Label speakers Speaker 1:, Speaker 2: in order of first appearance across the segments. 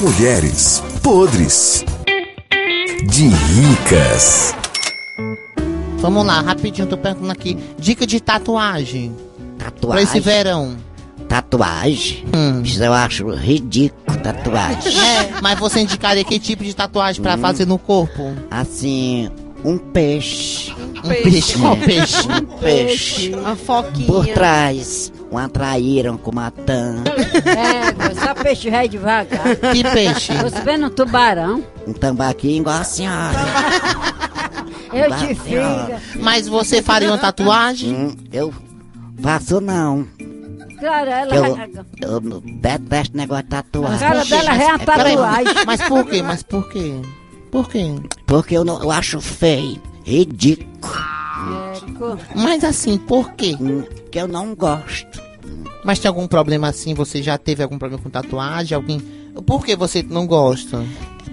Speaker 1: Mulheres podres de ricas.
Speaker 2: Vamos lá, rapidinho, tô perguntando aqui. Dica de tatuagem pra esse Hum.
Speaker 3: Tatuagem.
Speaker 2: verão.
Speaker 3: Tatuagem? Isso eu acho ridículo, tatuagem.
Speaker 2: É, mas você indicaria que tipo de tatuagem pra fazer no corpo?
Speaker 3: Assim, um peixe.
Speaker 2: Um peixe. Qual peixe?
Speaker 3: Um peixe.
Speaker 4: Uma foquinha.
Speaker 3: Por trás, uma um traíram com uma tã.
Speaker 5: É, só peixe velho devagar.
Speaker 2: Que peixe?
Speaker 5: Você vê no tubarão?
Speaker 3: Um tambaqui igual a senhora.
Speaker 5: Eu
Speaker 3: Bah,
Speaker 5: te
Speaker 3: senhora.
Speaker 5: fico.
Speaker 2: Mas você faria uma tatuagem?
Speaker 3: Hum, eu faço não.
Speaker 5: Claro, ela.
Speaker 3: Eu,
Speaker 5: A
Speaker 3: eu detesto negócio de tatuagem.
Speaker 5: cara dela é a
Speaker 2: Peraí,
Speaker 5: tatuagem.
Speaker 2: mas por quê? Mas por quê? Por quê?
Speaker 3: Porque eu, não, eu acho feio, ridículo.
Speaker 5: É,
Speaker 2: Mas assim, por quê?
Speaker 3: hum, Que eu não gosto.
Speaker 2: Mas tem algum problema assim? Você já teve algum problema com tatuagem? Alguém. Por que você não gosta?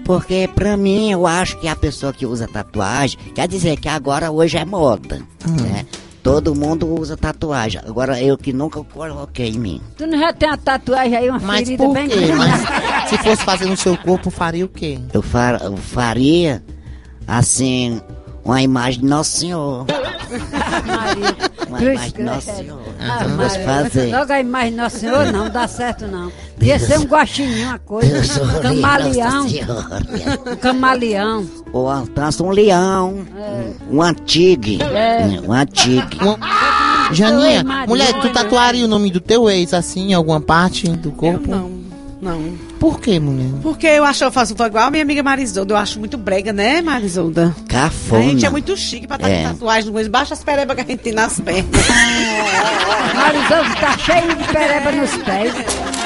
Speaker 3: Porque pra mim eu acho que a pessoa que usa tatuagem quer dizer que agora hoje é moda.
Speaker 5: Hum.
Speaker 3: né? Todo mundo usa tatuagem. Agora eu que nunca coloquei em mim.
Speaker 5: tu não já tem uma tatuagem aí, uma
Speaker 2: Mas
Speaker 5: ferida
Speaker 2: por
Speaker 5: bem
Speaker 2: quê?
Speaker 5: grande?
Speaker 2: Mas se fosse fazer no seu corpo, faria o quê?
Speaker 3: Eu, fa- eu faria assim uma imagem de Nosso Senhor.
Speaker 5: Ah,
Speaker 3: Uma
Speaker 5: Cruz
Speaker 3: imagem de Nosso
Speaker 5: credo.
Speaker 3: Senhor.
Speaker 5: Ah,
Speaker 3: Vamos
Speaker 5: Maria,
Speaker 3: fazer.
Speaker 5: Logo a imagem Nosso Senhor não dá certo não. Ia ser um guaxininho, uma coisa.
Speaker 3: Eu sou
Speaker 5: Um
Speaker 3: horrível,
Speaker 5: camaleão.
Speaker 3: Nossa Senhora.
Speaker 5: Um camaleão.
Speaker 3: Ou alcança um leão.
Speaker 5: É.
Speaker 3: Um, um antigue. Um antigue.
Speaker 2: Uma-
Speaker 5: Oi,
Speaker 2: Janinha,
Speaker 5: Maria.
Speaker 2: mulher, tu tatuaria o nome do teu ex assim, em alguma parte do
Speaker 4: Eu
Speaker 2: corpo?
Speaker 4: não, não.
Speaker 2: Por quê, mulher?
Speaker 4: Porque eu acho, eu faço um igual a minha amiga Marisolda. Eu acho muito brega, né, Marisolda? A
Speaker 3: Cafona.
Speaker 4: gente é muito chique pra estar
Speaker 3: É.
Speaker 4: com tatuagem no coisa. Baixa as perebas que a gente tem nas pernas.
Speaker 5: Marizão tá cheio de pereba nos pés.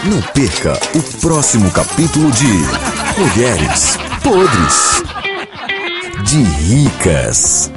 Speaker 1: Não perca o próximo capítulo de Mulheres podres de ricas.